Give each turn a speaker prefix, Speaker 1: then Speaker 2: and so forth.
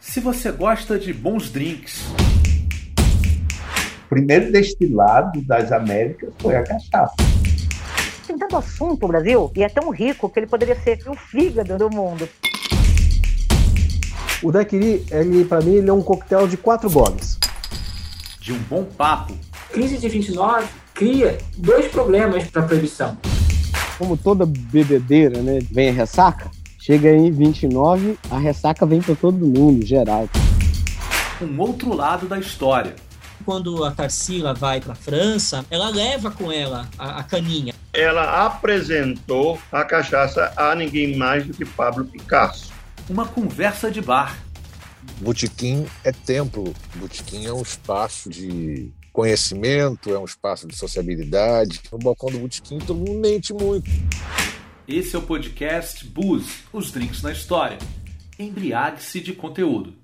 Speaker 1: se você gosta de bons drinks.
Speaker 2: O primeiro destilado das Américas foi a cachaça.
Speaker 3: Tem tanto assunto o Brasil e é tão rico que ele poderia ser o fígado do mundo.
Speaker 4: O daiquiri, ele para mim, ele é um coquetel de quatro goles.
Speaker 1: De um bom papo.
Speaker 5: Crise de 29 cria dois problemas para a proibição.
Speaker 4: Como toda bebedeira, né, vem a ressaca. Chega em 29, a ressaca vem para todo mundo, geral.
Speaker 1: Um outro lado da história.
Speaker 6: Quando a Tarsila vai para a França, ela leva com ela a, a caninha.
Speaker 7: Ela apresentou a cachaça a ninguém mais do que Pablo Picasso
Speaker 1: uma conversa de bar.
Speaker 8: Botequim é templo, botequim é um espaço de conhecimento, é um espaço de sociabilidade. No balcão do botequim todo mundo mente muito.
Speaker 1: Esse é o podcast Booze, os drinks na história. Embriague-se de conteúdo.